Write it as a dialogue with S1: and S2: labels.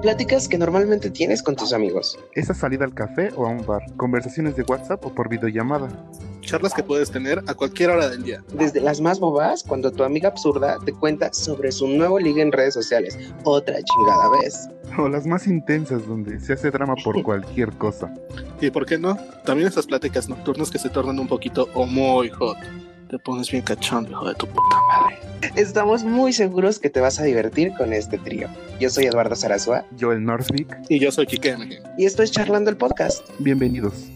S1: Pláticas que normalmente tienes con tus amigos.
S2: Esa salida al café o a un bar, conversaciones de WhatsApp o por videollamada.
S3: Charlas que puedes tener a cualquier hora del día.
S1: Desde las más bobas, cuando tu amiga absurda te cuenta sobre su nuevo ligue en redes sociales. Otra chingada vez.
S2: O las más intensas, donde se hace drama por cualquier cosa.
S3: ¿Y por qué no? También esas pláticas nocturnas que se tornan un poquito o muy hot. Te pones bien cachón, hijo de tu puta madre.
S1: Estamos muy seguros que te vas a divertir con este trío. Yo soy Eduardo Sarasua
S2: Yo el Northwick.
S3: Y yo soy Kike MG.
S1: y esto es Charlando el Podcast.
S2: Bienvenidos.